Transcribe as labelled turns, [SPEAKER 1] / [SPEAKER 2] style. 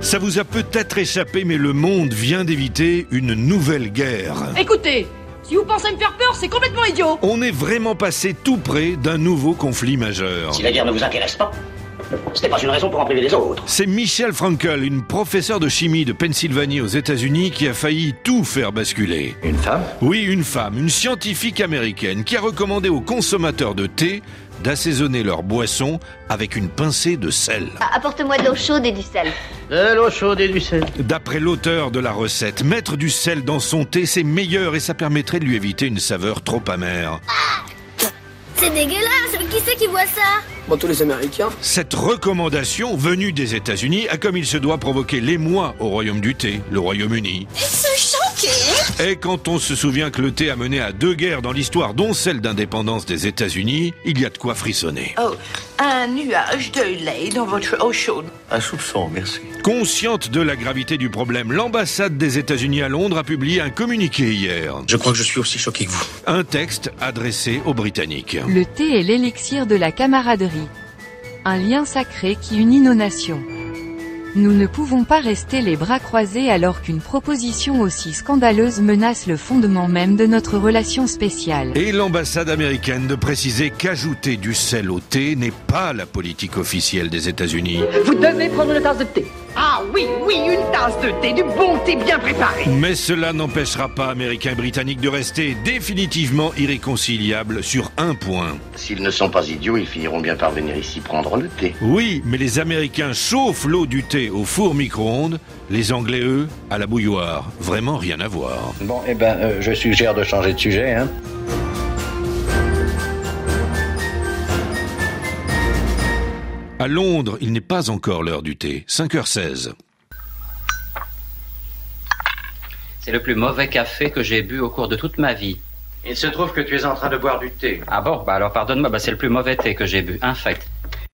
[SPEAKER 1] Ça vous a peut-être échappé, mais le monde vient d'éviter une nouvelle guerre.
[SPEAKER 2] Écoutez, si vous pensez me faire peur, c'est complètement idiot.
[SPEAKER 1] On est vraiment passé tout près d'un nouveau conflit majeur.
[SPEAKER 3] Si la guerre ne vous intéresse pas, ce n'est pas une raison pour en priver les autres.
[SPEAKER 1] C'est Michelle Frankel, une professeure de chimie de Pennsylvanie aux États-Unis, qui a failli tout faire basculer.
[SPEAKER 4] Une femme
[SPEAKER 1] Oui, une femme, une scientifique américaine, qui a recommandé aux consommateurs de thé d'assaisonner leur boisson avec une pincée de sel.
[SPEAKER 5] Apporte-moi de l'eau chaude et du sel.
[SPEAKER 4] De l'eau chaude et du sel.
[SPEAKER 1] D'après l'auteur de la recette, mettre du sel dans son thé, c'est meilleur et ça permettrait de lui éviter une saveur trop amère.
[SPEAKER 6] C'est dégueulasse Qui c'est qui voit ça
[SPEAKER 7] Bon, tous les Américains.
[SPEAKER 1] Cette recommandation, venue des États-Unis, a comme il se doit provoqué l'émoi au royaume du thé, le Royaume-Uni.
[SPEAKER 6] Ils sont choqués
[SPEAKER 1] Et quand on se souvient que le thé a mené à deux guerres dans l'histoire, dont celle d'indépendance des États-Unis, il y a de quoi frissonner.
[SPEAKER 8] Oh, un nuage de lait dans votre eau chaude.
[SPEAKER 9] Un soupçon, merci.
[SPEAKER 1] Consciente de la gravité du problème, l'ambassade des États-Unis à Londres a publié un communiqué hier.
[SPEAKER 10] Je crois que je suis aussi choqué que vous.
[SPEAKER 1] Un texte adressé aux Britanniques.
[SPEAKER 11] Le thé est l'élixir de la camaraderie. Un lien sacré qui unit nos nations. Nous ne pouvons pas rester les bras croisés alors qu'une proposition aussi scandaleuse menace le fondement même de notre relation spéciale.
[SPEAKER 1] Et l'ambassade américaine de préciser qu'ajouter du sel au thé n'est pas la politique officielle des États-Unis.
[SPEAKER 12] Vous devez prendre une tasse de thé. Ah oui, oui, une tasse de thé, du bon thé bien préparé.
[SPEAKER 1] Mais cela n'empêchera pas Américains et Britanniques de rester définitivement irréconciliables sur un point.
[SPEAKER 3] S'ils ne sont pas idiots, ils finiront bien par venir ici prendre le thé.
[SPEAKER 1] Oui, mais les Américains chauffent l'eau du thé au four micro-ondes, les Anglais, eux, à la bouilloire. Vraiment rien à voir.
[SPEAKER 4] Bon, eh ben, euh, je suggère de changer de sujet, hein.
[SPEAKER 1] À Londres, il n'est pas encore l'heure du thé, 5h16.
[SPEAKER 13] C'est le plus mauvais café que j'ai bu au cours de toute ma vie.
[SPEAKER 14] Il se trouve que tu es en train de boire du thé.
[SPEAKER 13] Ah bon, bah alors pardonne-moi, bah c'est le plus mauvais thé que j'ai bu, infect.